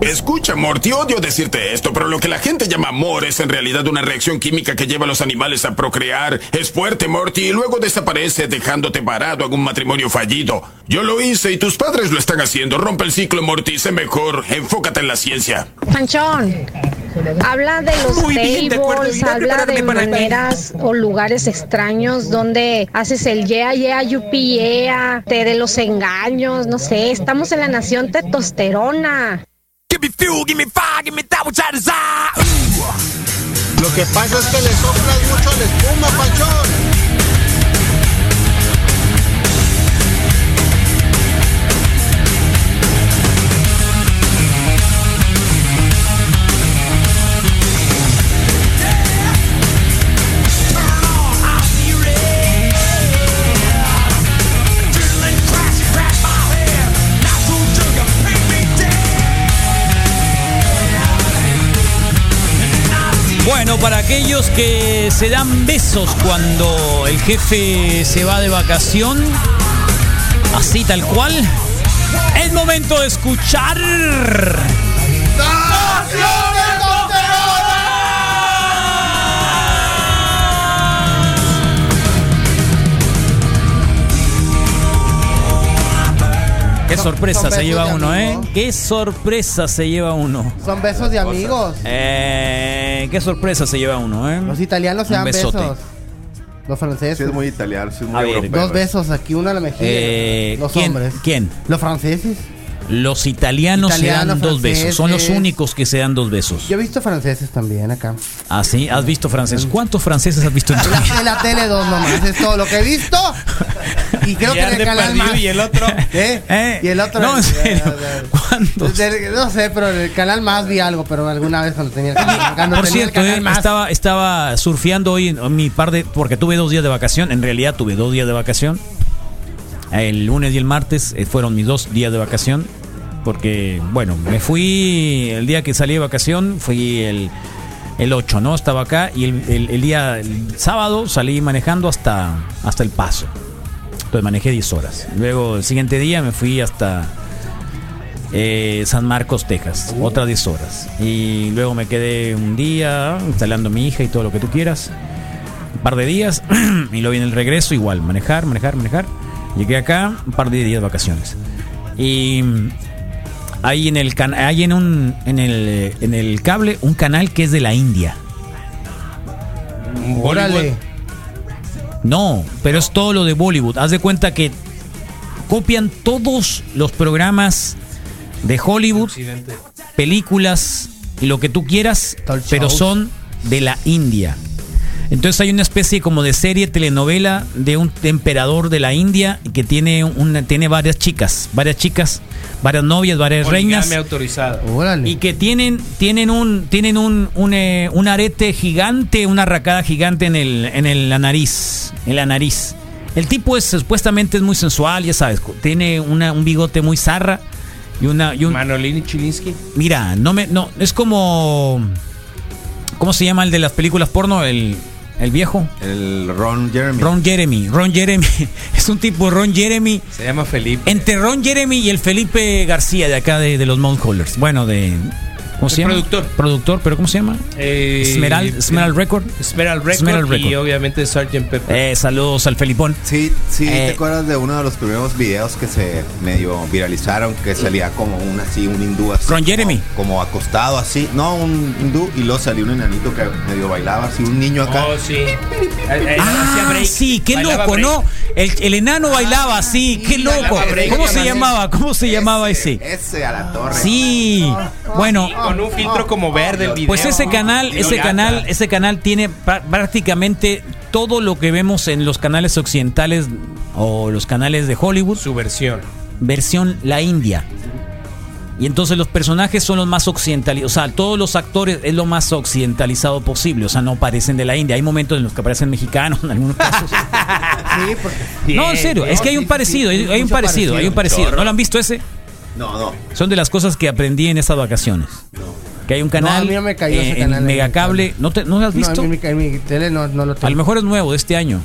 Escucha, Morty, odio decirte esto, pero lo que la gente llama amor es en realidad una reacción química que lleva a los animales a procrear. Es fuerte, Morty, y luego desaparece dejándote parado en un matrimonio fallido. Yo lo hice y tus padres lo están haciendo. Rompe el ciclo, Morty, sé mejor. Enfócate en la ciencia. Panchón, habla de los Muy bien, de acuerdo, tables, iré a habla de prepararme para el baile. maneras o lugares extraños donde haces el yeah, yeah, yupi, yeah, te de los engaños, no sé, estamos en la nación testosterona. Give me fuel, give me fire, give me ah. that which I desire. Lo que pasa es que le soplas mucho a la espuma, Panchón. Bueno, para aquellos que se dan besos cuando el jefe se va de vacación, así tal cual, es momento de escuchar. Qué sorpresa son se besos lleva de uno, ¿eh? amigo. Qué sorpresa se lleva uno. Son besos de amigos. Eh, qué sorpresa se lleva uno, ¿eh? Los italianos se Un dan besote. besos. Los Sí, franceses. es muy italiano, sí, es A muy ver, europeo. Dos besos, aquí uno a la mejilla. Eh, los ¿quién- hombres. quién? Los franceses. Los italianos se dan Italianos, dos besos. Son los franceses. únicos que se dan dos besos. Yo he visto franceses también acá. Ah, sí, has visto francés. Mm. ¿Cuántos franceses has visto en tu En la, vida? en la tele dos nomás, es todo lo que he visto. Y creo que Ya en el ande canal perdido, más. y el otro. ¿Eh? ¿Eh? Y el otro. eh, No, en serio. ¿Cuántos? Del- no sé, pero en el canal más vi algo, pero alguna vez cuando tenía el canal, cuando Por tenía el cierto, canal eh, más. estaba, estaba surfeando hoy en mi par de. Porque tuve dos días de vacación. En realidad tuve dos días de vacación. El lunes y el martes eh, fueron mis dos días de vacación. Porque, bueno, me fui el día que salí de vacación, fui el, el 8, ¿no? Estaba acá. Y el, el- el día el sábado salí manejando hasta, hasta El Paso. Entonces manejé 10 horas. Luego, el siguiente día me fui hasta eh, San Marcos, Texas, otras 10 horas. Y luego me quedé un día instalando a mi hija y todo lo que tú quieras. Un par de días y luego viene el regreso, igual, manejar, manejar, manejar. Llegué acá, un par de días de vacaciones. Y mm, hay en el can hay en un en el, en el cable un canal que es de la India. Órale. No, pero es todo lo de Bollywood. Haz de cuenta que copian todos los programas de Hollywood, películas, lo que tú quieras, Talk pero shows. son de la India. Entonces hay una especie como de serie telenovela de un emperador de la India que tiene una tiene varias chicas, varias chicas, varias novias, varias reinas Origami autorizado. Órale. y que tienen tienen un tienen un un, eh, un arete gigante, una arracada gigante en el en el- la nariz, en la nariz. El tipo es supuestamente es muy sensual, ya sabes, co- tiene una, un bigote muy zarra y una y un Manolini Chilinsky. mira, no me no es como ¿cómo se llama el de las películas porno? El el viejo El Ron Jeremy. Ron Jeremy, Ron Jeremy es un tipo Ron Jeremy Se llama Felipe. entre Ron Jeremy y el Felipe García de acá de, de los Mount Holders. Bueno, de. ¿Cómo se El llama? productor. Productor, pero ¿cómo se llama? Eh, Esmeral, Esmeral Record. Esmeral Record. Esmeral Y Record. obviamente Sgt. Pepper. Eh, saludos al Felipón. Sí, sí, Eh. ¿te acuerdas de uno de los primeros videos que se medio viralizaron? Que salía como un así, un hindú así. Ron como- Jeremy. Como, acostado así. No, un hindú y luego salió un enanito que medio bailaba así, un niño acá. Oh, sí. Eh, eh, hacía Ah, break. sí, qué Bailaba loco, break. ¿no? El, el enano bailaba así, qué loco. bailaba break, ¿Cómo se bailaba llamaba? ¿Cómo se llamaba ese? Ese a la torre. Sí. Bueno, Con un filtro como verde el video. Pues ese canal, Tiro ese lata. canal, ese canal tiene pra- prácticamente todo lo que vemos en los canales occidentales o los canales de Hollywood, Su versión. versión la India. Y entonces los personajes son los más occidentalizados, o sea, todos los actores es lo más occidentalizado posible, o sea, no parecen de la India. Hay momentos en los que parecen mexicanos en algunos casos. Sí, porque- no, en serio, es que hay sí, un sí, parecido, sí, hay, hay un mucho parecido, hay un parecido. parecido. ¿No lo han visto ese? No, no. Son de las cosas que aprendí en estas vacaciones. Que hay un canal a mí no me cayó ese eh, canal en en Megacable. el ¿No, te, ¿No lo has No, visto? en mi, en mi tele no, no lo tengo. A lo mejor es nuevo de este año. No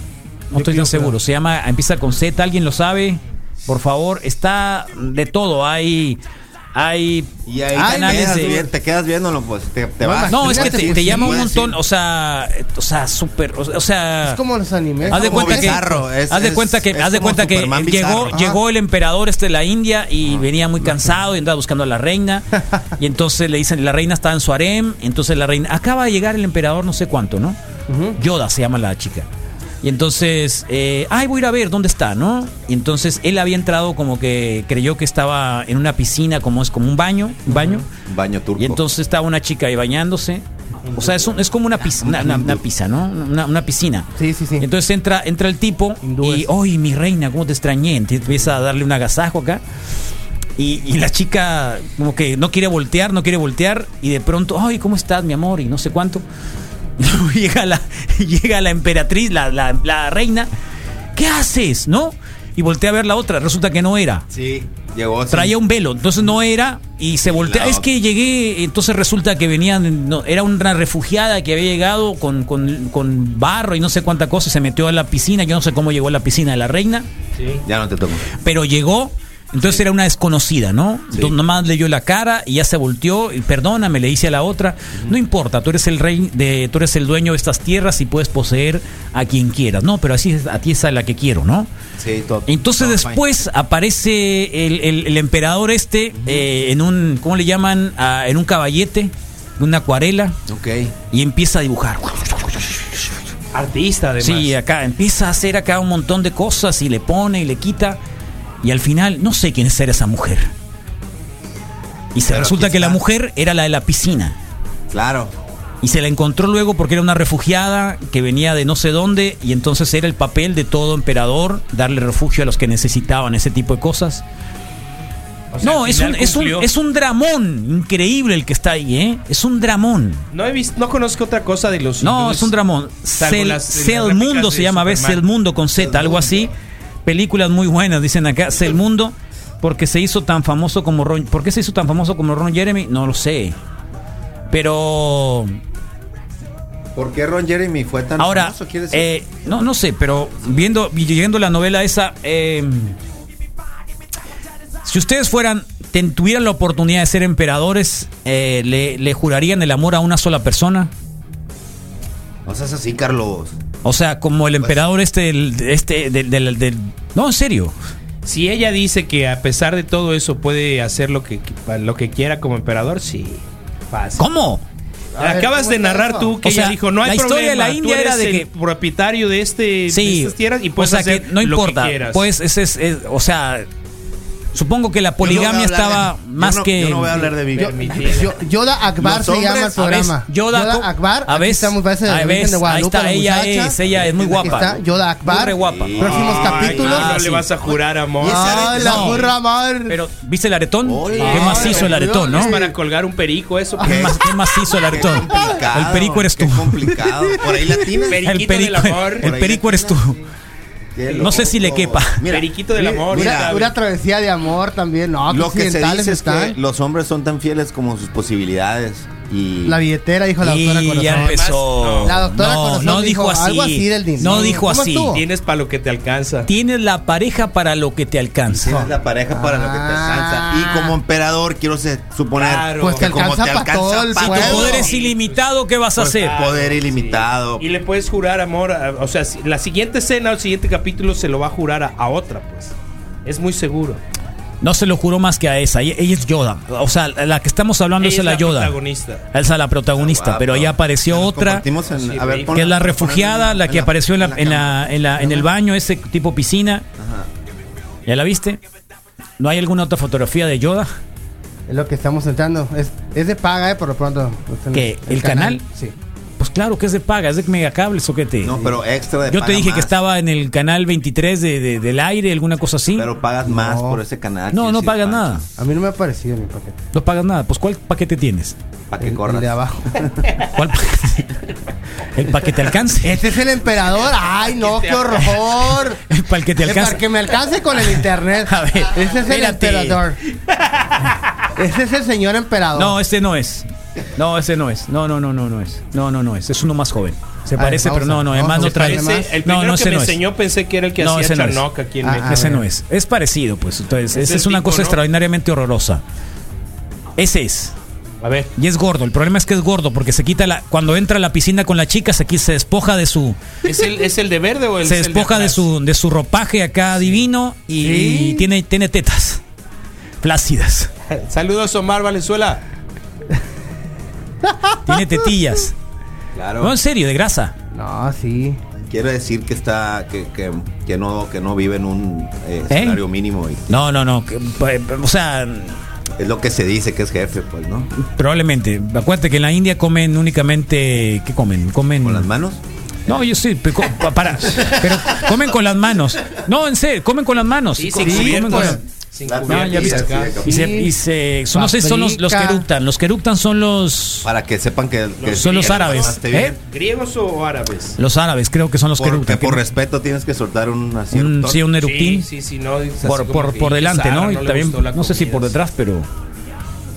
Yo estoy creo tan que seguro. no. Se llama, empieza con Z, ¿alguien lo sabe? Por favor, está de todo. Hay hay Y ahí Ah, te, no, quedas ese- bien, te quedas viéndolo, pues te, te No, vas. no, es que Imagínate, te, sí, te sí, llama un puede montón, ser. o sea, eh, o sea, súper, o o sea, Es como los animes. haz de ¿eh? como cuenta que bizarro, es- haz de es- cuenta que es haz de como cuenta que Superman llegó bizarro, ajá. llegó el emperador este de la India y venía muy cansado y andaba buscando a la reina y entonces le dicen la reina está en su harem, entonces la reina acaba de llegar el emperador no sé cuánto, ¿no? Yoda se llama la chica. Y entonces, eh, ay, voy a ir a ver dónde está, ¿no? Y entonces él había entrado como que creyó que estaba en una piscina, como es como un baño, un baño. Baño turco. Y entonces estaba una chica ahí bañándose. O sea, es, un- es como una piscina, una, una- una pizza, ¿no? Una, una piscina. Sí, sí, sí. Y entonces entra, entra el tipo y, Hindúes. ¡ay, mi reina, cómo te extrañé! Te empieza a darle un agasajo acá. Y, y la chica como que no quiere voltear, no quiere voltear. Y de pronto, ¡ay, cómo estás, mi amor! Y no sé cuánto. llega, la, llega la emperatriz, la, la- la reina. ¿Qué haces, no? Y voltea a ver la otra. Resulta que no era. Sí, llegó. sí. Traía un velo, entonces no era y se voltea. La Es otra. que llegué, entonces resulta que venían, no, era una refugiada que había llegado con, con- con barro y no sé cuánta cosa y se metió a la piscina. Yo no sé cómo llegó a la piscina de la reina, Ya no te tomo. pero llegó. Entonces era una desconocida, ¿no? Entonces nomás leyó la cara y ya se volteó. Y perdóname, le dice a la otra, no importa, tú eres el rey, de, tú eres el dueño de estas tierras y puedes poseer a quien quieras, ¿no? Pero así es, a ti es a la que quiero, ¿no? Sí, todo. Entonces todo después aparece el, el- el emperador este eh, en un, ¿cómo le llaman? Ah, en un caballete, una acuarela, fine. Ok. y empieza a dibujar. Artista, además. Sí, acá empieza a hacer acá un montón de cosas y le pone y le quita. Y al final no sé quién era esa mujer. Y se Pero resulta aquí que la está. mujer era la de la piscina. Claro. Y se la encontró luego porque era una refugiada que venía de no sé dónde y entonces era el papel de todo emperador darle refugio a los que necesitaban ese tipo de cosas. O sea, no, al es final un, es, un, cumplió. es un dramón increíble el que está ahí, ¿eh? Es un dramón. No he visto, no conozco otra cosa de los. No, hindúes. es un dramón. Salvo Cel, las- las Cel réplicas Mundo de se llama, ¿ves? Superman. Cel Mundo con Z, algo así. Películas muy buenas, dicen acá. Cel Mundo, porque se hizo tan famoso como Ron. ¿Por qué se hizo tan famoso como Ron Jeremy? No lo sé. Pero ¿Por qué Ron Jeremy fue tan Ahora, famoso? ¿Quieres decir? eh, no, no sé, pero viendo, leyendo la novela esa, eh, si ustedes fueran, ten- tuvieran la oportunidad de ser emperadores, eh, le, le jurarían el amor a una sola persona. eh, No seas así, Carlos. O sea, como Pues- el emperador este, del- este, del, del- del- no, en serio. Si ella dice que a pesar de todo eso puede hacer lo que, lo que quiera como emperador, sí. Fácil. ¿Cómo? A ver, Acabas ¿cómo de está narrar eso? tú que O ella sea, dijo, no hay la problema, historia de la India tú eres era de el que- propietario de, este, de Sí. estas tierras y o puedes sea que hacer no lo importa. que quieras. pues ese es, es- o sea, supongo que la Yo no voy poligamia a hablar estaba de- yo más no- que Yo no voy a hablar de mi Yo- permitida. Yo- Yoda Akbar Los se llama el hombres, a programa. ¿Ves? Yoda, co- Akbar. a aquí ves, está muy parece de la ahí Virgen ves, de ahí Guadalupe, está, la ella muchacha. es, ella es muy Aquí guapa. Está Yoda Akbar. Muy re guapa. Próximos Ay, capítulos. no, no sí. le vas a jurar amor. Ay, la No. burra amor. Pero, ¿viste el aretón? Hola. Qué macizo el aretón, ¿no? Es para colgar un perico, eso. ¿Qué más, qué macizo el Qué aretón? complicado, El perico eres tú. Qué complicado. Por ahí la tienes. Periquito El perico, del amor. el perico eres tú. Qué No sé si le loco. quepa. Periquito del amor. mira, ¿sabes? Una travesía de amor también. No, Lo qué que se occidentales dice es que están. los hombres son tan fieles como sus posibilidades. Y La billetera, dijo la doctora Y Corazón. ya empezó. Además, no. La doctora no, Corazón no dijo, dijo así. algo así del dinero. No dijo ¿Cómo así. estuvo? Tienes para lo que te alcanza. Tienes la pareja para lo que te alcanza. Tienes la pareja para lo que te Ah. alcanza. Y como emperador, quiero se- suponer Claro. Pues te que como alcanza pa' todo el pa' Si tu Bueno. poder es ilimitado, ¿qué vas a hacer? poder ilimitado. Y le puedes jurar amor. a- o sea, si- la siguiente escena o el siguiente capítulo se lo va a jurar a, a otra, pues. Es muy seguro. No se lo juró más que a esa. Ella ella es Yoda. O sea, la que estamos hablando Ella es la Yoda. protagonista. Esa es la protagonista, Guapa. pero ahí apareció Nos otra. compartimos en- Sí, a ver, que pon- que es la pon- refugiada, en la que apareció en, la, en, la, en, la- en el baño, ese tipo piscina. ¿Ya la viste? ¿No hay alguna otra fotografía de Yoda? Es lo que estamos entrando. Es, es de paga, eh, por lo pronto. ¿Qué? ¿El canal? Sí. Pues claro que es de paga, es de megacables o qué te. cámara. No, pero extra de Yo te paga dije que más. estaba en el canal 23 de, de- del aire, alguna cosa así. Pero pagas más No. por ese canal. no, sí, no sí, pagas pa- nada. A mí no me ha parecido mi paquete. No pagas nada. Pues ¿cuál paquete tienes? Para El- que el corras. de abajo. ¿Cuál paquete? El paquete alcance. Este es el emperador. Ay, no, qué horror. El pa' el que te Eh, alcance. Para que me alcance con el internet. A ver, Ese es el espérate. emperador. Ese es el señor emperador. No, este no es. No, ese no es. No, no, no, no, no es. No, no, no es. Es uno más joven. Se A ver, parece, vamos pero no, a- no, vamos a además no buscar trae. ese. Ese- el no, primero no, ese que me no es. enseñó pensé que era el que No, ese hacía no es. Chanoc aquí en Ah, México. ese ver. no es. Es parecido, pues. Entonces, Es esa el es una tipo, cosa ¿no? extraordinariamente horrorosa. Ese es. A ver. Y es gordo. El problema es que es gordo porque se quita la. Cuando entra a la piscina con la chica, se, qui- se despoja de su. ¿Es el, ¿Es el de verde o el se es el despoja de, atrás? su, de su ropaje acá divino y, Sí. y tiene, tiene tetas. Plácidas. Saludos, Omar Valenzuela. Tiene tetillas. Claro. No, en serio, de grasa. No, sí. Quiero decir que está que, que, que no que no vive en un eh, escenario mínimo y No, no, no. que- pa- pa- O sea, es lo que se dice que es jefe, pues, ¿no? probablemente. Acuérdate que en la India comen únicamente. ¿Qué comen? Comen. Con las manos. No, yo sí, pero, co- pa- para. Pero comen con las manos. No, en serio, comen con las manos. Sí, Co- sin comen con cubiertos. las- Sin La No, ya piel, viste. así de Y capaz. se, y se- son, no sé, son los, los que Paprika. eructan. Los que eructan son los. Para que sepan que, que Son los que árabes, pasaste bien. ¿eh? ¿Griegos o árabes? Los árabes, creo que son los que Por, que eructan. por que- respeto tienes que soltar un así, un, eructor. sí, un eructín. Sí, sí, sí, no. es así Por, como por, que por delante, Sara ¿no? Y le también, gustó la no sé si por comida, detrás, pero.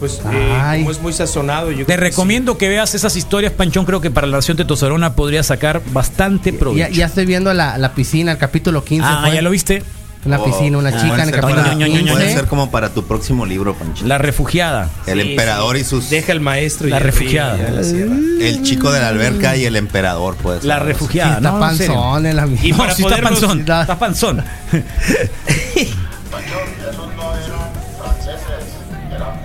Pues eh, Ay. como es muy sazonado, Te yo creo que sí. recomiendo que veas esas historias, Panchón. Creo que para la nación testosterona podría sacar bastante Ya, provecho. ya estoy viendo la, la piscina, el capítulo 15. ah, fue. ya lo viste. Ah, En la O- piscina, una o chica en Ah, puede el ser capítulo para- 15. Puede ser como para tu próximo libro, Pancho. La refugiada. el Sí, emperador sí. y sus. Deja el maestro y La el río, refugiada. ya la sierra. El chico de la alberca y el emperador, pues. La Sí, refugiada. está no, en serio. panzón en la Y No, para sí está podernos- panzón. da- Está panzón.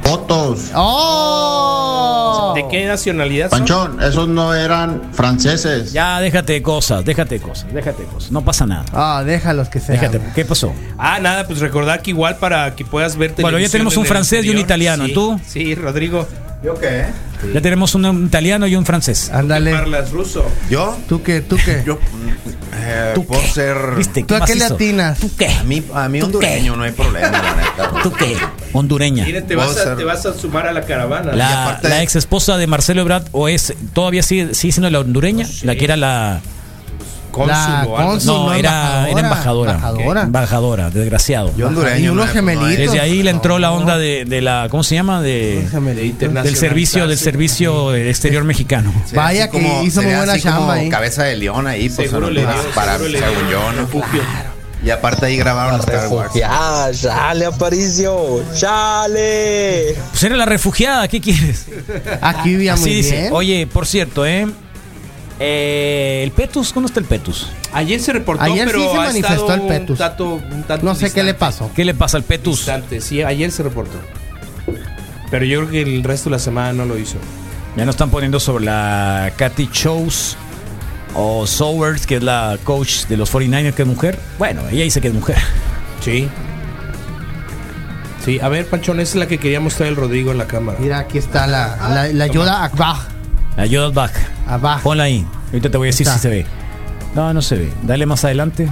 Fotos. ¡Oh! ¿De qué nacionalidad son? Panchón, esos no eran franceses. Ya, déjate de cosas, déjate de cosas, déjate de cosas. No pasa nada. Ah, déjalos que sean. Déjate, ¿qué pasó? Ah, nada, pues recordar que igual para que puedas verte. Bueno, ya tenemos un francés y un italiano, ¿tú? Sí, Rodrigo. ¿Yo qué? Ya tenemos un, un italiano y un francés. Ándale. Parlas ruso. ¿Yo? ¿Tú qué? ¿Tú qué? Yo. eh, ¿Tú por qué? ser. ¿Viste? ¿Tú a qué le macizo? atinas? ¿Tú qué? A mí, a mí ¿Tú hondureño qué? no hay problema, la neta. ¿Tú qué? Hondureña. Mira, te Puedo vas, a, ser- te vas a sumar a la caravana. y La, aparte- ex esposa de Marcelo Ebrard, o es, todavía sigue, sigue siendo la hondureña, la que era la. Cónsul La o algo. cónsul. No, no, era, era embajadora. embajadora. Embajadora. Embajadora. desgraciado. Yo Y hondureño. no, unos no hay- gemelitos. Desde ahí le entró la onda de, de la. ¿Cómo se llama? De, Déjame leer. del servicio del servicio exterior mexicano. sería Vaya así que hizo muy sería buena así como chamba ¿eh? ahí. Cabeza de león ahí, pues. Seguro en le Honduras, dio, para, seguro le según dio. yo, ¿no? Y aparte ahí grabaron Star Wars. Ya, chale, Aparicio, chale. Pues era la refugiada, ¿qué quieres? Aquí vivía Así muy Ah, dice. bien. Oye, por cierto, ¿eh? Eh, el Petus, ¿cómo está el Petus? Ayer se reportó, Ayer sí pero se ha manifestó estado el Petus. Un tanto, un tanto no sé qué le pasó. ¿Qué le pasa al Petus? distante. Sí, ayer se reportó. Pero yo creo que el resto de la semana no lo hizo. Ya nos están poniendo sobre la Katy Shows o Sowers, que es la coach de los 49ers, que es mujer. Bueno, ella dice que es mujer. Sí. Sí, a ver, Panchón, esa es la que quería mostrar el Rodrigo en la cámara. Mira, aquí está la, la, la Yoda Akbar. Ayudas back. Akbar. Ponla ahí. Ahorita te voy a decir Está. si se ve. No, no se ve. Dale más adelante.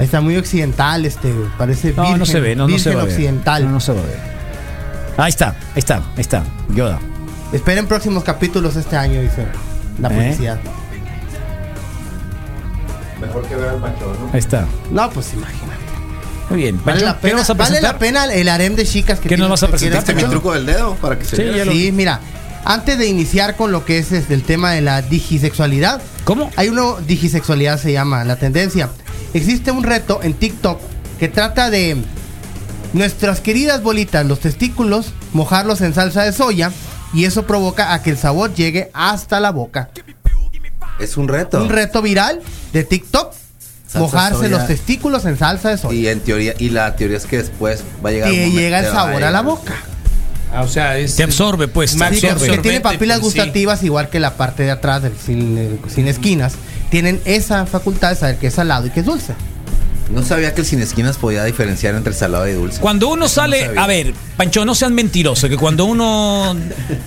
Está muy occidental este, güey. Parece No, virgen, no se ve. No, no se virgen va a ver. occidental. No, no se va a ver. Ahí está, ahí está, ahí está. Yoda. Esperen próximos capítulos este año, dice la ¿Eh? publicidad. Mejor que ver al macho, ¿no? Ahí está. No, pues imagínate. Muy bien. Vale, Panchón, la ¿qué pena, vas a vale presentar? la pena el harem de chicas que ¿Qué nos tienes vas a que quieres presentar, ¿Viste mi tener. truco del dedo? Para que se Sí, vea. ya lo- Sí, mira, antes de iniciar con lo que es, es el tema de la digisexualidad, ¿Cómo? hay uno, digisexualidad se llama, la tendencia. Existe un reto en TikTok que trata de nuestras queridas bolitas, los testículos, mojarlos en salsa de soya y eso provoca a que el sabor llegue hasta la boca. Es un reto. Un reto viral de TikTok, Salsa mojarse soya. los testículos en salsa de soya. Y en teoría, y la teoría es que después va a llegar. un Que momento- llega el te va sabor a la llegar- boca. Ah, o sea, es. Te absorbe, pues. Te Más Sí, que- absorbe. que tiene Absorbente, papilas pues, sí. gustativas igual que la parte de atrás del sin, eh, sin esquinas. Tienen esa facultad de saber que es salado y que es dulce. No sabía que el sin esquinas podía diferenciar entre salado y dulce. Cuando uno Eso no sale, sabía. a ver, Pancho, no sean mentirosos, que cuando uno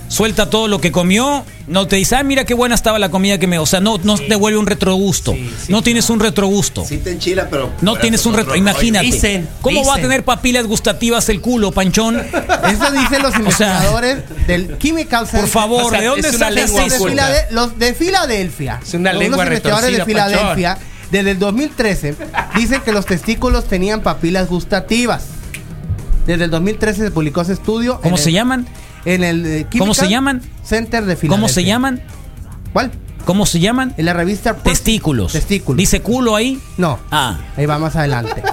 suelta todo lo que comió, no te dice, ah, mira qué buena estaba la comida que me. O sea, no, no te vuelve un retrogusto. no tienes un retrogusto. Sí te enchila, pero. No tienes un retro. reto Imagínate. Dicen, ¿Cómo va a dicen. tener papilas gustativas el culo, Panchón? Eso dicen los investigadores del Chemical Center. Por favor, O sea, ¿de es dónde una sacas lengua de eso? oculta. Filade- los de Filadelfia. Es una Los- lengua unos investigadores de retorcida, Filadelfia desde el 2013 dicen que los testículos tenían papilas gustativas. Desde el 2013 se publicó ese estudio. en ¿Cómo el- se llaman? En el eh, ¿Cómo se Chemical llaman? Center de Filadelfia. ¿Cómo se llaman? ¿Cuál? ¿Cómo se llaman? En la revista Purpose. Testículos. Testículos. ¿Dice culo ahí? No. Ah. Ahí va más adelante.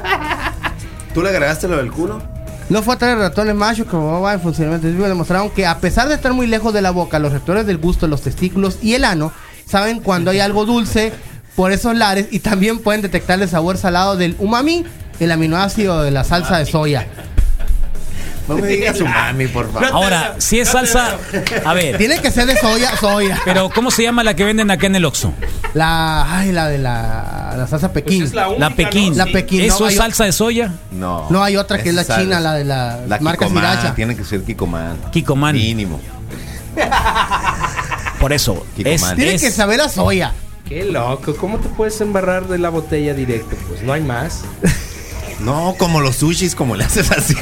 ¿Tú le agregaste lo del culo? No fue a traer ratones machos que va en funcionamiento científico demostraron que a pesar de estar muy lejos de la boca, los receptores del gusto, los testículos y el ano saben cuando hay algo dulce por esos lares y también pueden detectar el sabor salado del umami, el aminoácido de la salsa de soya. No me digas umami, por favor. Ahora, si es salsa. A ver, Tiene que ser de soya, soya. pero ¿cómo se llama la que venden acá en el Oxxo? La, ay, la de la, la salsa Pues pekín. es la única, La Pekín. ¿no? La Sí. Pekín. ¿Eso no, es hay- salsa de soya? No. No, hay otra que es la Esa- china, la de la, La marca Kikoman, Sriracha. Tiene que ser Kikoman. Kikoman. Mínimo. Por eso. Kiko Es, Man. Tiene que es- saber a soya. Qué loco, ¿cómo te puedes embarrar de la botella directo? Pues no hay más. No, como los sushis, como le haces así.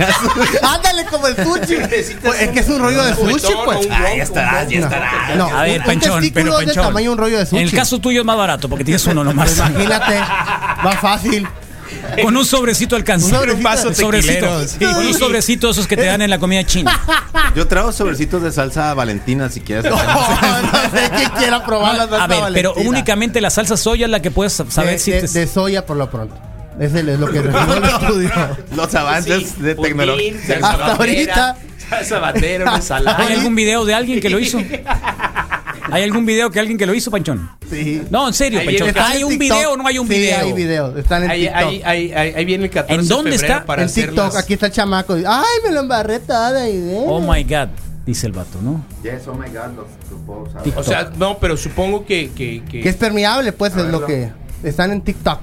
Ándale como el sushi. Necesitas Pues es que es un rollo de un sushi, juguetón pues. o un ron, ya estarás, ya un ron. estarás. No, A ver, un, Panchón, un testículo pero es del Panchón. tamaño de un rollo de sushi. Pues En el caso tuyo es más barato porque tienes uno nomás. Imagínate, va fácil. Con un sobrecito alcanza. Un sobrecito. Un vaso sobrecito. tequilero, sí. Con un sobrecito esos que te dan en la comida china. Yo traigo sobrecitos de salsa Valentina si quieres. No, no sé quién quiera probar la salsa a ver, pero Valentina. únicamente la salsa soya es la que puedes de, saber si de- te- de soya por lo pronto. Ese es lo que reveló el estudio. Los avances Sí, de budín, tecnología. salsa Hasta bandera, ahorita. Salsa bandera, una ensalada. ¿Hay algún video de alguien que lo hizo? ¿Hay algún video que alguien que lo hizo, Panchón? Sí. No, en serio, Ahí Panchón. viene- Están ¿Hay en un TikTok. video o no hay un Sí, video? hay videos. Están en Ahí, TikTok. ahí, ahí, ahí, ahí viene el 14 ¿En dónde de febrero está? Para en hacer TikTok, las- aquí está el chamaco. Ay, me lo embarré toda idea. Oh my God, dice el vato, ¿no? Yes, oh my God, los, los puedo usar. O sea, no, pero supongo que... que, que- Que es permeable, pues, es lo verlo. que. Están en TikTok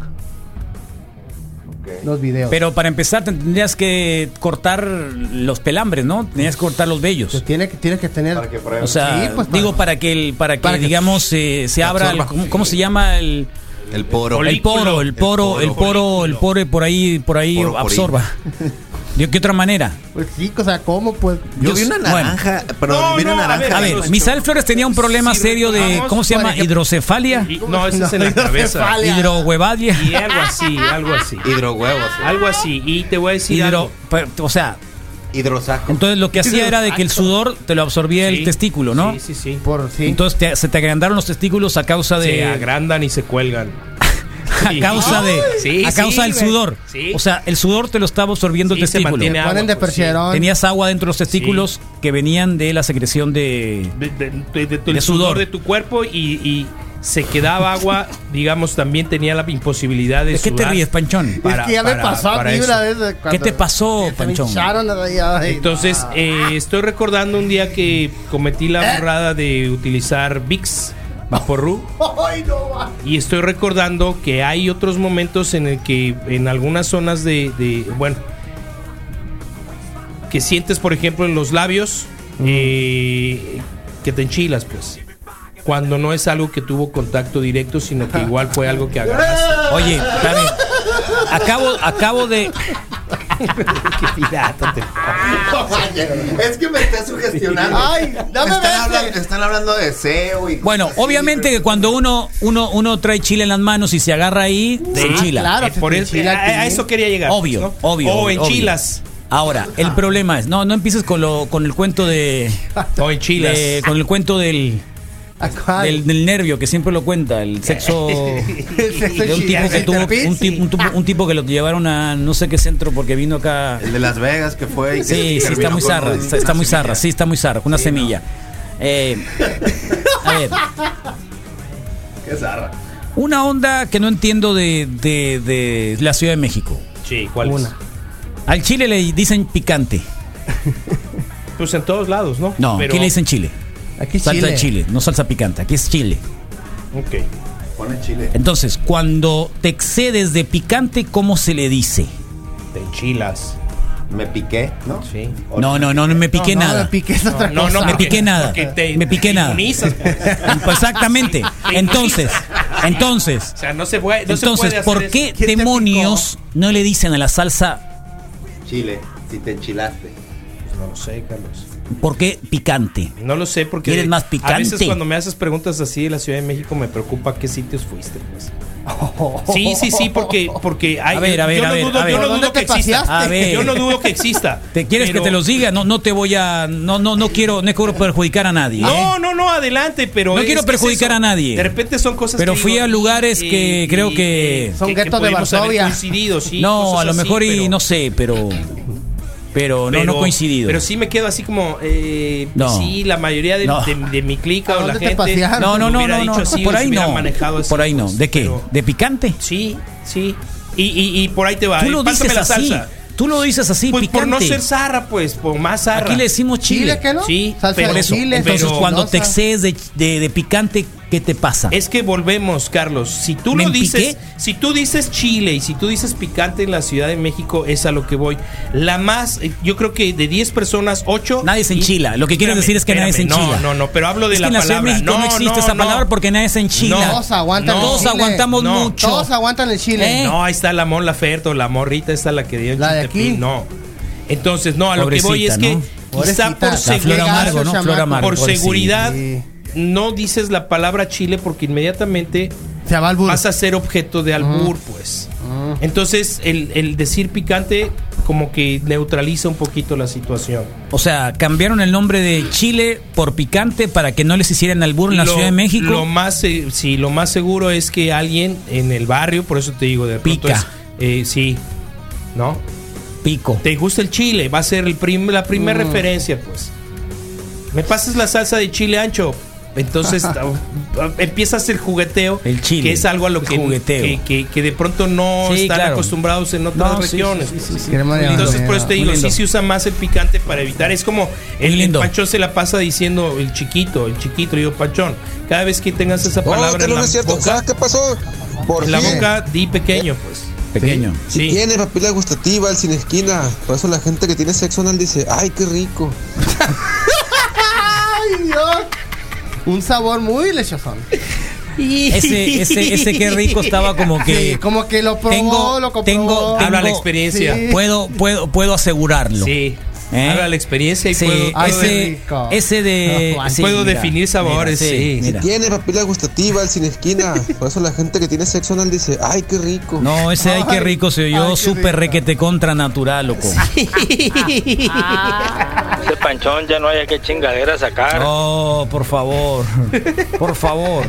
Ok. los videos. Pero para empezar tendrías que cortar los pelambres, ¿no? Tendrías que cortar los vellos. Pues tiene que, tiene que tener. Para que pruebe. O sea, Sí, pues, para- digo para que el, para que para que- digamos eh, se abra, el- absorba. ¿cómo, cómo se llama el, el poro. el poro, el poro, el poro, el poro por ahí, por ahí Poro, porín. absorba. ¿De qué otra manera? Pues sí, o sea, ¿cómo? Pues. Yo Yo vi s- una bueno. naranja, pero No, vi una no, a ver, naranja. A Ay, ver, los Misael chorros. Flores tenía un problema Sí, serio de vamos, ¿cómo se por llama? ejemplo- Hidrocefalia, Y- no, ese es en la cabeza. hidrocefalia. hidrohuevadia. Y algo así, algo así. Hidrohuevos. Algo así. Y te voy a decir Hidro, algo. pero, o sea, Hidrosaco. entonces lo que hacía era de que el sudor te lo absorbía Sí, el testículo, ¿no? Sí, sí, sí. Por sí. Entonces te- se te agrandaron los testículos a causa Se de agrandan y se cuelgan. a causa de Sí, a sí, causa del güey. sudor. Sí. O sea, el sudor te lo estaba absorbiendo Sí, el se testículo. mantiene ponen de agua, pues, sí. percherón. Tenías agua dentro de los testículos que venían de la secreción de de, de- de- de tu- De el sudor. sudor. de tu cuerpo y, y se quedaba agua, digamos, también tenía la imposibilidad de ¿De qué te sudar ríes, Panchón? es que ya me pasó a para mí eso. una vez. eh, cuando- te pasó, que se me Panchón? hincharon las- ay, ay, Entonces, no. Ah. ¿Eh? eh, estoy recordando un día que cometí la burrada de utilizar Vicks Vaporru Ay, no, va. y estoy recordando que hay otros momentos en el que en algunas zonas de, de- bueno que sientes, por ejemplo, en los labios Mm. eh, que te enchilas, pues. Cuando no es algo que tuvo contacto directo, sino que igual fue algo que agarraste. Oye, está bien. Acabo, acabo de. es que me está sugestionando. Ay, dame están, beso. hablando, están hablando de SEO y. Bueno, cosas así, obviamente que pero- cuando uno, uno, uno trae chile en las manos y se agarra ahí, se enchila. claro, Eh, por se te eso- enchila a, el a pilín. eso quería llegar. Obvio, ¿no? obvio. O Ah. obvio, obvio. enchilas. Ahora, el problema es, no, no empieces con lo, con el cuento de, O enchilas. de- con el cuento del, Acá, del, del nervio que siempre lo cuenta, el sexo el sexo de un tipo que chillante, tuvo, terpil. un, tipo- un tipo- un tipo que lo llevaron a no sé qué centro porque vino acá. El de Las Vegas que fue. y que Sí, sí, está terminó muy con zarra, un- está, está muy una zarra, sí, semilla. está muy zarra, con una semilla. Eh, a ver, Qué zarra. una onda que no entiendo de, de- de la Ciudad de México. Sí, ¿cuál es? Una. Al chile le dicen picante. Pues en todos lados, ¿no? No, Pero- aquí le dicen chile. Aquí salsa chile. de chile, no salsa picante, aquí es chile. Ok. Pone chile. Entonces, cuando te excedes de picante, ¿cómo se le dice? Te enchilas. Me piqué, ¿no? Sí. No, no, no, no me piqué No, no, nada. me piqué es otra No, no, cosa. me porque- piqué nada. porque te- me piqué te nada. inmunizas, pues. Exactamente. Entonces, entonces, O sea, no se puede. no se entonces, puede hacer ¿por eso. qué ¿Quién te demonios no le dicen a la salsa Chile, si te enchilaste. Pues No lo sé, Carlos. por qué picante? No lo sé porque. ¿Quieres más A veces picante? cuando me haces preguntas así de la Ciudad de México me preocupa a qué sitios fuiste, pues. Sí, sí, sí, porque. porque hay, A ver, a ver, yo a no ver, dudo, a ver. Yo no ¿Dónde dudo que te paseaste? exista. A ver. Yo no dudo que exista. ¿Te quieres pero- que te los diga? No, no te voy a, no, no, no quiero, no quiero perjudicar a nadie. ¿eh? No, no, no, adelante, pero. No es quiero que es perjudicar eso. a nadie. De repente son cosas Pero que fui digo, a lugares y- que y- creo que- Son guetos de pudimos haber Varsovia. coincidido, sí, No, cosas a lo así, mejor y pero- no sé, pero Pero no, no coincidido. Pero sí me quedo así como. Eh, No. Sí, la mayoría de, No. de- de mi clica ¿A o la dónde te gente. pasearon? no, no, no, hubiera no, no, dicho así, por o se ahí hubiera no. manejado así, Por ahí no. pues, ¿De qué? pero- ¿De picante? Sí, sí. Y, y, y por ahí te va. Tú eh, lo pásame dices la así. salsa. Tú lo dices así, Pues picante. por no ser zarra, pues, por más zarra. Aquí le decimos chile. ¿Chile qué no? Sí, Salsa pero Por de eso. chile, Entonces, pero- cuando te Nosa. excedes de, de- de picante, ¿qué te pasa? Es que volvemos, Carlos. Si tú ¿Me lo dices, piqué? si tú dices chile y si tú dices picante en la Ciudad de México, es a lo que voy. La más, eh, yo creo que de 10 personas, 8. Nadie se enchila. Lo que quiero decir es que nadie se enchila. No, no, no, pero hablo de Es que la en la Ciudad de palabra. México no, existe esa palabra porque nadie se enchila. No, Todos aguantan no. el Todos chile. aguantamos No. mucho. Todos aguantan el chile. ¿Eh? No, ahí está la Mon Laferto, la morrita está la que dio en La de Chiltepín, aquí. No. Entonces, no, a lo que voy es Pobrecita, que ¿no? quizá Pobrecita, por la La flor Llegazo, seguridad, amargo, ¿no? Flor chamaco. amargo. por pobrecita. seguridad, Sí. no dices la palabra chile porque inmediatamente Se va al burro. vas a ser objeto de albur, pues. Entonces, el, el decir picante como que neutraliza un poquito la situación. O sea, cambiaron el nombre de Chile por picante para que no les hicieran albur en la Lo- Ciudad de México. Lo más, eh, sí, lo más seguro es que alguien en el barrio, por eso te digo, de pronto Pica. es, eh, sí, ¿no? Pico. ¿Te gusta el chile? Va a ser el prim- la Mm. primera referencia, pues. Me pasas la salsa de chile ancho. Entonces uh, empiezas el jugueteo, El chile, que es algo a lo el que, jugueteo. que, que- que de pronto no Sí, están claro. acostumbrados en otras No, sí, regiones. sí, pues. sí, sí, sí. Crema de Entonces, habanero. por eso te Muy digo, lindo. sí se usa más el picante para evitar. Es como el, el lindo. Panchón se la pasa diciendo el chiquito, el chiquito, yo Panchón. Cada vez que tengas esa No, palabra Oh, que en no, la es cierto. boca, ¿Sabes qué pasó? Por en la fin, boca di pequeño, pues. Pequeño. Si Sí. tiene papila gustativa, el sin esquina. Por eso la gente que tiene sexo anal dice, ay, qué rico. ¡Ay, Dios! Un sabor muy lechazón. Ese, ese, ese qué rico estaba como que. Sí, como que lo probó, Tengo- lo comprobó. tengo- Habla la Tengo- experiencia. Sí. Puedo, puedo, puedo asegurarlo. Sí. ¿Eh? Habla la experiencia y Sí, puedo, puedo- Ay, qué ese, rico. Ah, ese de. Juan, sí, puedo mira, definir sabores. mira, sí. mira. Tiene papila gustativa, el sin esquina. Por eso la gente que tiene sexo anal dice, ay, qué rico. No, ese ay, qué Ay, rico se ay, oyó, qué súper rico. requete contra natural, loco. Ese panchón ya no haya que chingadera sacar. No, Oh, por favor. Por favor.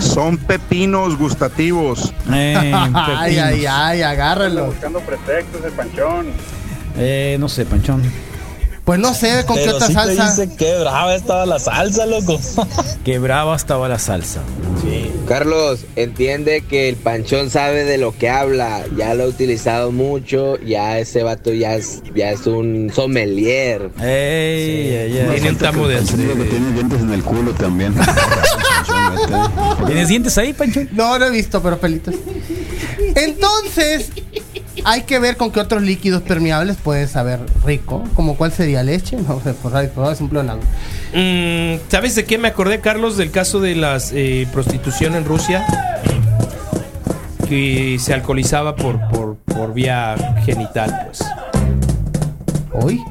Son pepinos gustativos. Eh, Ay, pepinos. ay, ay, agárrenlo. Eh, no sé, Panchón. Pues no sé con qué Pero otra sí te salsa. dice que brava estaba la salsa, loco. Qué brava estaba la salsa. Carlos, entiende que el panchón sabe de lo que habla, ya lo ha utilizado mucho, ya ese vato ya es, ya es un sommelier. Ey, ey, ey. Tiene un tamo de aceite. tiene dientes en el culo también. ¿Tienes dientes ahí, Panchón? No, no he visto, pero pelitos. Entonces, hay que ver con qué otros líquidos permeables puede saber rico. Como cuál sería leche. No sé, por ahí, por ahí es un pleonasmo. Mm, ¿Sabes de qué me acordé, Carlos? Del caso de la prostitución en Rusia. Que se alcoholizaba por, por, por vía genital, pues. Hoy.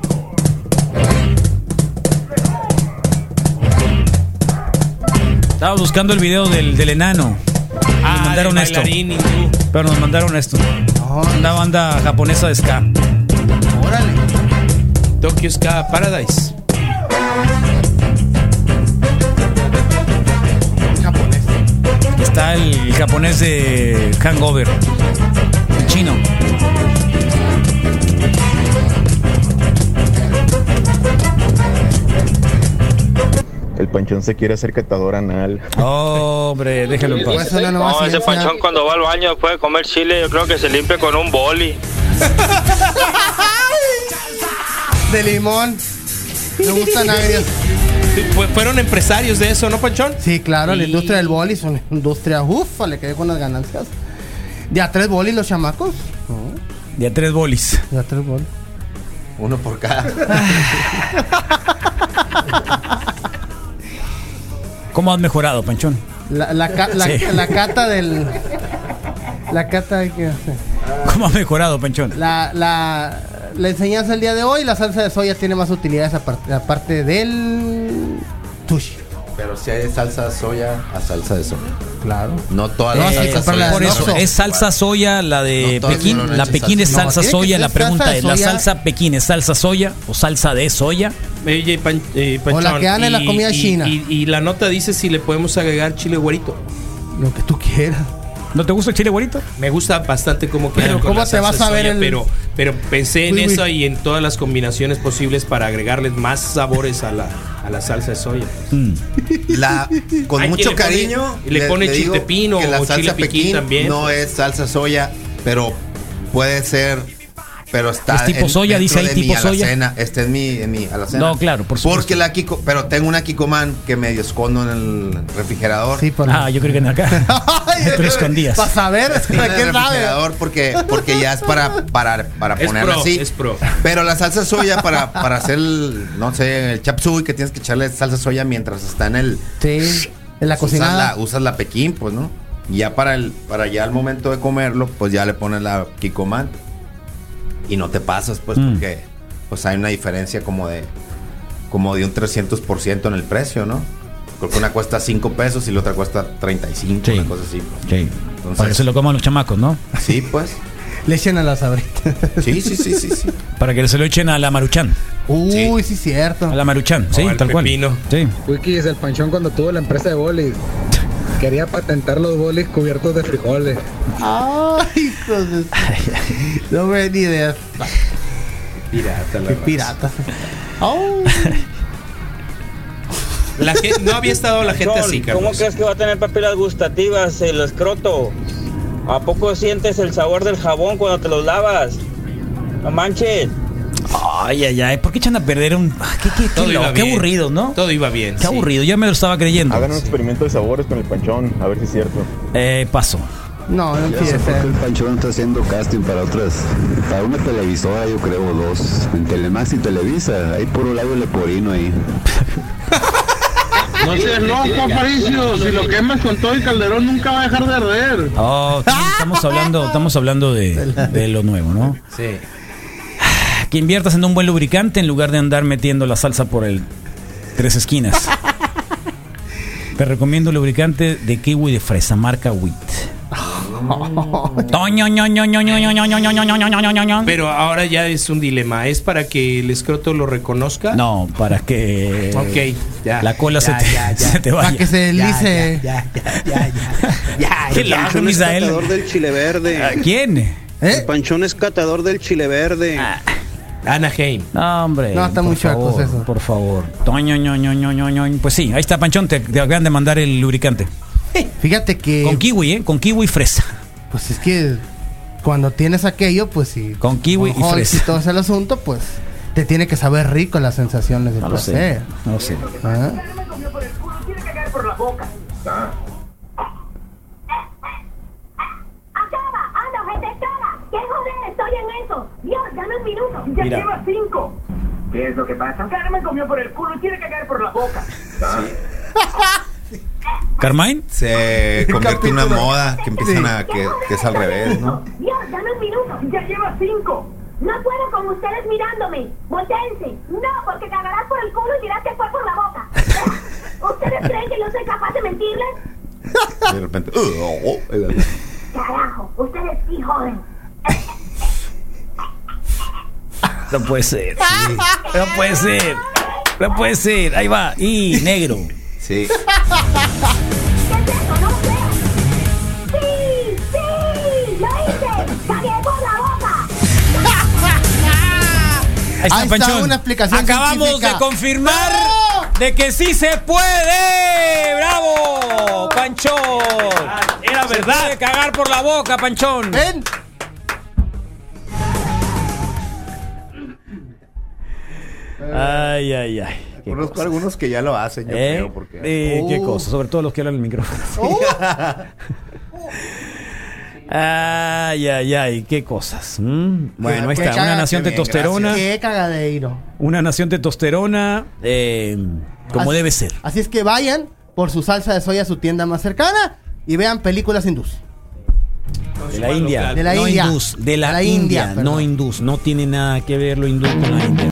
Estaba buscando el video del, del enano. nos mandaron Ah, del esto. bailarín hindú. Pero nos mandaron esto. No, Una banda japonesa de ska. órale. Tokyo Ska Paradise. Japonés. Está el, el japonés de Hangover. El chino. El panchón se quiere hacer catador anal. hombre, déjalo en Pues paz. una nueva No, ese ciencia. panchón cuando va al baño después de comer chile, yo creo que se limpia con un boli. De limón. Me gustan agrios. Fue- fueron empresarios de eso, ¿no, Panchón? Sí, claro, la Y- industria del boli es una industria, ufa, le quedé con las ganancias. De a tres bolis los chamacos. De a tres bolis. De a tres bolis. Uno por cada. ¿Cómo has mejorado, Panchón? La, la, ca- la- Sí. la cata del. La cata de que hace. ¿Cómo has mejorado, Panchón? La, la, la enseñanza del día de hoy, la salsa de soya tiene más utilidades aparte, aparte del sushi. Pero si hay de salsa de soya a salsa de soya. Claro. No todas No, las sí, salsas pero de soya la Por de son eso, Noxo. iguales. es Eh, salsa soya, la de No, todas no Pekín. le La eches Pekín es salsa. No, salsa tiene que soya. ser La pregunta salsa de es, ¿la soya. salsa Pekín es salsa soya o salsa de soya? Oye, Pan- eh, Panchón. O la que dan en la comida china. Y, y la nota dice si le podemos agregar chile güerito. Lo que tú quieras. ¿No te gusta el chile güerito? Me gusta bastante cómo quedan Pero con ¿cómo la te salsa vas a de ver soya, el- pero Pero pensé en Uy, uy. eso y en todas las combinaciones posibles para agregarles más sabores a la, a la salsa de soya. eh, La, con Hay quien mucho le pone- cariño. le pone digo chile pepino que o chile piquín también. No es salsa soya, pero puede ser. Pero está. Es tipo soya, dentro dice ahí de tipo mi soya. alacena. Este es mi, en mi alacena. No, claro, por supuesto. Porque la Kiko. Pero tengo una Kikoman que medio escondo en el refrigerador. Sí, Ah, yo creo que en acá. Entre escondidas. Para saber, en el ¿qué sabe? refrigerador porque, porque ya es para, para, para Es ponerla pro, así. es pro. Pero la salsa soya para, para hacer el, no sé, el chapsuy que tienes que echarle salsa soya mientras está en el. Sí, en la cocinada. Usas la, usas la Pekín, pues, ¿no? Y ya para el, para ya el momento de comerlo, pues ya le pones la Kikoman. Y no te pasas, pues, Mm. porque pues hay una diferencia como de como de un 300% en el precio, ¿no? Creo que una cuesta 5 pesos y la otra cuesta 35, una cosa así. pues. Sí. Entonces- Para que se lo coman los chamacos, ¿no? Sí, pues. Le echen a la sabrita. Sí, sí, sí, sí, sí. Para que se lo echen a la maruchan. Uy, sí, cierto. A la maruchan, sí, al tal pepino. cual. Sí. Wikis, el panchón cuando tuvo la empresa de bolis. Quería patentar los bolis cubiertos de frijoles. Ay, hijos de- No me ni idea. Pirata, la Qué raza. piratas. Au. La gen- no había estado la gente así, Carlos. ¿Cómo crees que va a tener papilas gustativas el escroto? ¿A poco sientes el sabor del jabón cuando te los lavas? No manches. Ay, ay, ay. ¿Por qué echan a perder un. ah, Qué, qué, qué Todo iba loco, qué bien. aburrido, ¿no? Todo iba bien. Qué aburrido, yo me lo estaba creyendo. Hagan un experimento de sabores con el panchón, a ver si es cierto. Eh, paso. No, no Ya quiere sé por qué ser. el panchón está haciendo casting para otras, para una televisora, yo creo, dos. En Telemax y Televisa, hay puro lago leporino ahí. No seas loco, Aparicio. Si lo quemas con todo el calderón, nunca va a dejar de arder. Oh, estamos hablando, estamos hablando de, de lo nuevo, ¿no? Sí. Que inviertas en un buen lubricante en lugar de andar metiendo la salsa por el tres esquinas. Te recomiendo lubricante de kiwi de fresa, marca Wheat. Toño, ño, ño, ño, ño, ño, ño, ño, ño, ño, ño, ño, ño, ño, ño. Pero ahora ya es un dilema. ¿Es para que el escroto lo reconozca? No, para que Ok, ya. la cola Ya, se, te, ya, ya. se te Para vaya. que se deslice. Qué loco, Panchón es este Misael. Eh. catador del chile verde. ¿A ¿Quién? El Panchón es catador del chile verde. Anaheim. No, hombre. No, está por muy chacos favor, eso. Por favor. Toño, ño, ño, ño, ño, ño. Pues sí, ahí está, Panchón. Te, te acaban de mandar el lubricante. Fíjate que. Con kiwi, ¿eh? Con kiwi y fresa. Pues es que cuando tienes aquello, pues sí. Con kiwi y Con Hulk y fresa. todo ese asunto, pues te tiene que saber rico las sensaciones del No lo sé. placer. No lo sé. ¿Ah? Acaba, anda, Ah, gente, acaba. ¿Qué joder? Estoy en eso. Dios, dame un minuto. Ya Mira. lleva cinco. ¿Qué es lo que pasa? Carmen comió por el culo y tiene que caer por la boca. ¿Carmine? Se convierte en una Capítulo. moda que empiezan a. Ah, Que, que es al revés, ¿no? Dios, dame un minuto. Ya lleva cinco. No puedo con ustedes mirándome. Voltense. No, porque cagarás por el culo y dirás que fue por la boca. ¿Ustedes creen que yo soy capaz de mentirles? De repente. "Uh, oh, oh". Carajo, ustedes sí joden. No puede ser. No puede ser. No puede ser. Ahí va. Y negro. Sí. ¡Sí! ¡Sí! ¡Lo hice! ¡Cagué por la boca! Ahí está, Ahí está Panchón. una explicación Acabamos científica. de confirmar de que sí se puede. ¡Bravo! ¡Panchón! Era verdad. Se puede cagar por la boca, Panchón. Ven. Ay, ay, ay. Qué Conozco cosa. algunos que ya lo hacen, yo ¿Eh? creo, porque. Oh. Eh, Qué Uh. cosa, sobre todo los que hablan en el micrófono. Ay, ay, ay, qué cosas. Mm, Bueno, ahí Qué está. Una caga- nación qué bien, testosterona. Pues, gracias. Qué cagadeiro. Una nación testosterona. eh, como Así- debe ser. Así es que vayan por su salsa de soya a su tienda más cercana y vean películas hindús. De la India. De la no India. hindús, de la, De la India, India. no hindús. No tiene nada que ver lo hindú con la India.